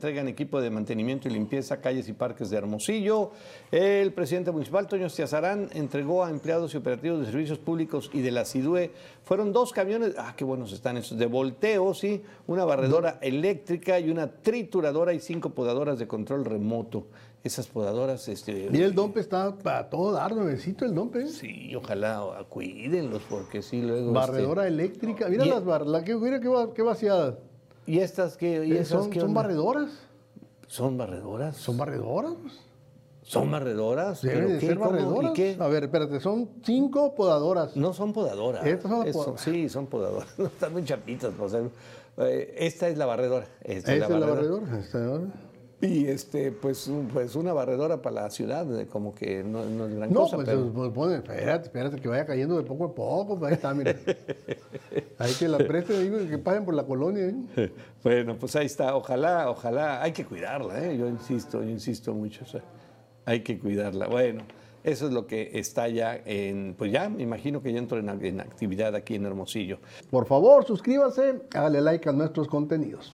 Entregan equipo de mantenimiento y limpieza calles y parques de Hermosillo. El presidente municipal, Toño Estiazarán, entregó a empleados y operativos de servicios públicos y de la CIDUE. Fueron dos camiones, ah, qué buenos están estos, de volteo, sí, una barredora eléctrica y una trituradora y cinco podadoras de control remoto. Esas podadoras, este. Mira, el dompe está para todo dar, nuevecito el ¿eh? dompe. Sí, ojalá cuídenlos, porque sí, luego. este, Barredora eléctrica. Mira Y- las bar- la que, mira qué, va- qué vaciadas. este, ¿Y estas qué? ¿Y Eh, esas son, qué son onda? barredoras. ¿Son barredoras? Son barredoras. pues. ¿Son barredoras? Deben ¿Pero de qué? ser ¿Cómo? barredoras. ¿Y qué? A ver, espérate, son cinco podadoras. No son podadoras. Estas ¿Eh? son las Es- podadoras. Sí, son podadoras. No, están muy chapitas. o sea, eh, esta es la barredora. Esta, Esa es la barredora. esta, ¿no? Y este, pues, un- pues una barredora para la ciudad, eh, como que no, no es gran No, cosa. pues, pero- pues, pone- espérate, espérate, que vaya cayendo de poco a poco. pues, Ahí está, mira. Ahí que la presten, digo, que pasen por la colonia. ¿eh? Bueno, pues ahí está. Ojalá, ojalá. Hay que cuidarla, ¿eh? Yo insisto, yo insisto mucho. o sea, hay que cuidarla. Bueno, eso es lo que está ya en. Pues ya me imagino que ya entro en, en actividad aquí en Hermosillo. Por favor, suscríbase, hágale like a nuestros contenidos.